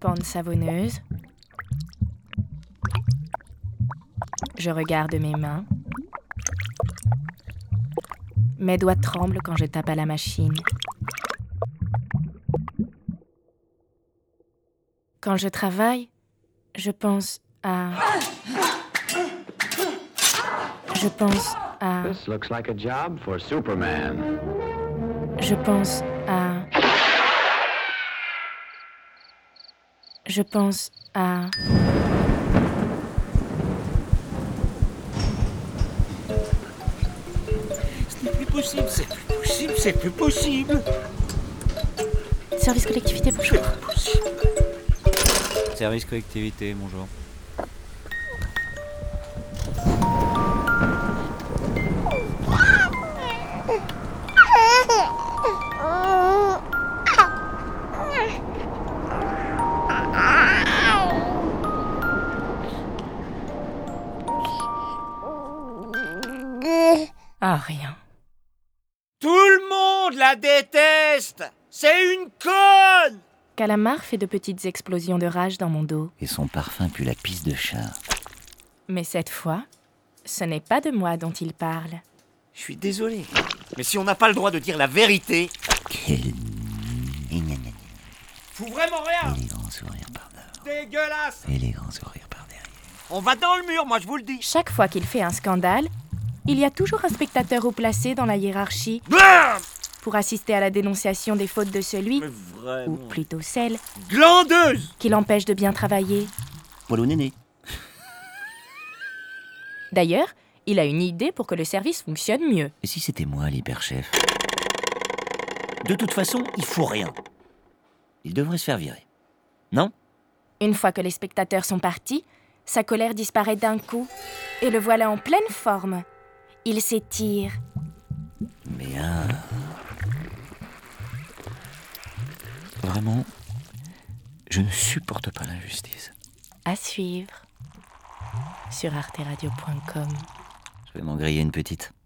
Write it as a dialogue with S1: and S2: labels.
S1: Bande savonneuse. Je regarde mes mains. Mes doigts tremblent quand je tape à la machine. Quand je travaille, je pense à... Je pense à...
S2: This looks like a job for Superman.
S1: Je pense à... Je pense à...
S3: C'est plus possible, c'est plus possible, c'est plus possible.
S1: Service collectivité, bonjour.
S4: Service collectivité, bonjour.
S1: Ah, rien.
S3: Tout le monde la déteste. C'est une conne.
S1: Calamar fait de petites explosions de rage dans mon dos.
S5: Et son parfum pue la pisse de chat.
S1: Mais cette fois, ce n'est pas de moi dont il parle.
S3: Je suis désolé. Mais si on n'a pas le droit de dire la vérité,
S5: Quel gnagnagna.
S3: faut vraiment rien.
S5: élégant sourire par devant,
S3: Dégueulasse.
S5: élégant sourire par derrière.
S3: On va dans le mur, moi je vous le dis.
S1: Chaque fois qu'il fait un scandale, il y a toujours un spectateur au placé dans la hiérarchie pour assister à la dénonciation des fautes de celui,
S3: Mais
S1: ou
S3: vraiment.
S1: plutôt celle,
S3: Glandeuse.
S1: qui l'empêche de bien travailler.
S5: Poil au néné.
S1: D'ailleurs, il a une idée pour que le service fonctionne mieux.
S5: Et si c'était moi l'hyperchef
S4: De toute façon, il faut rien.
S5: Il devrait se faire virer.
S1: Une fois que les spectateurs sont partis, sa colère disparaît d'un coup, et le voilà en pleine forme. Il s'étire,
S5: Mais ah... Vraiment, je ne supporte pas l'injustice.
S1: à suivre sur arteradio.com.
S5: Je vais m'en griller une petite.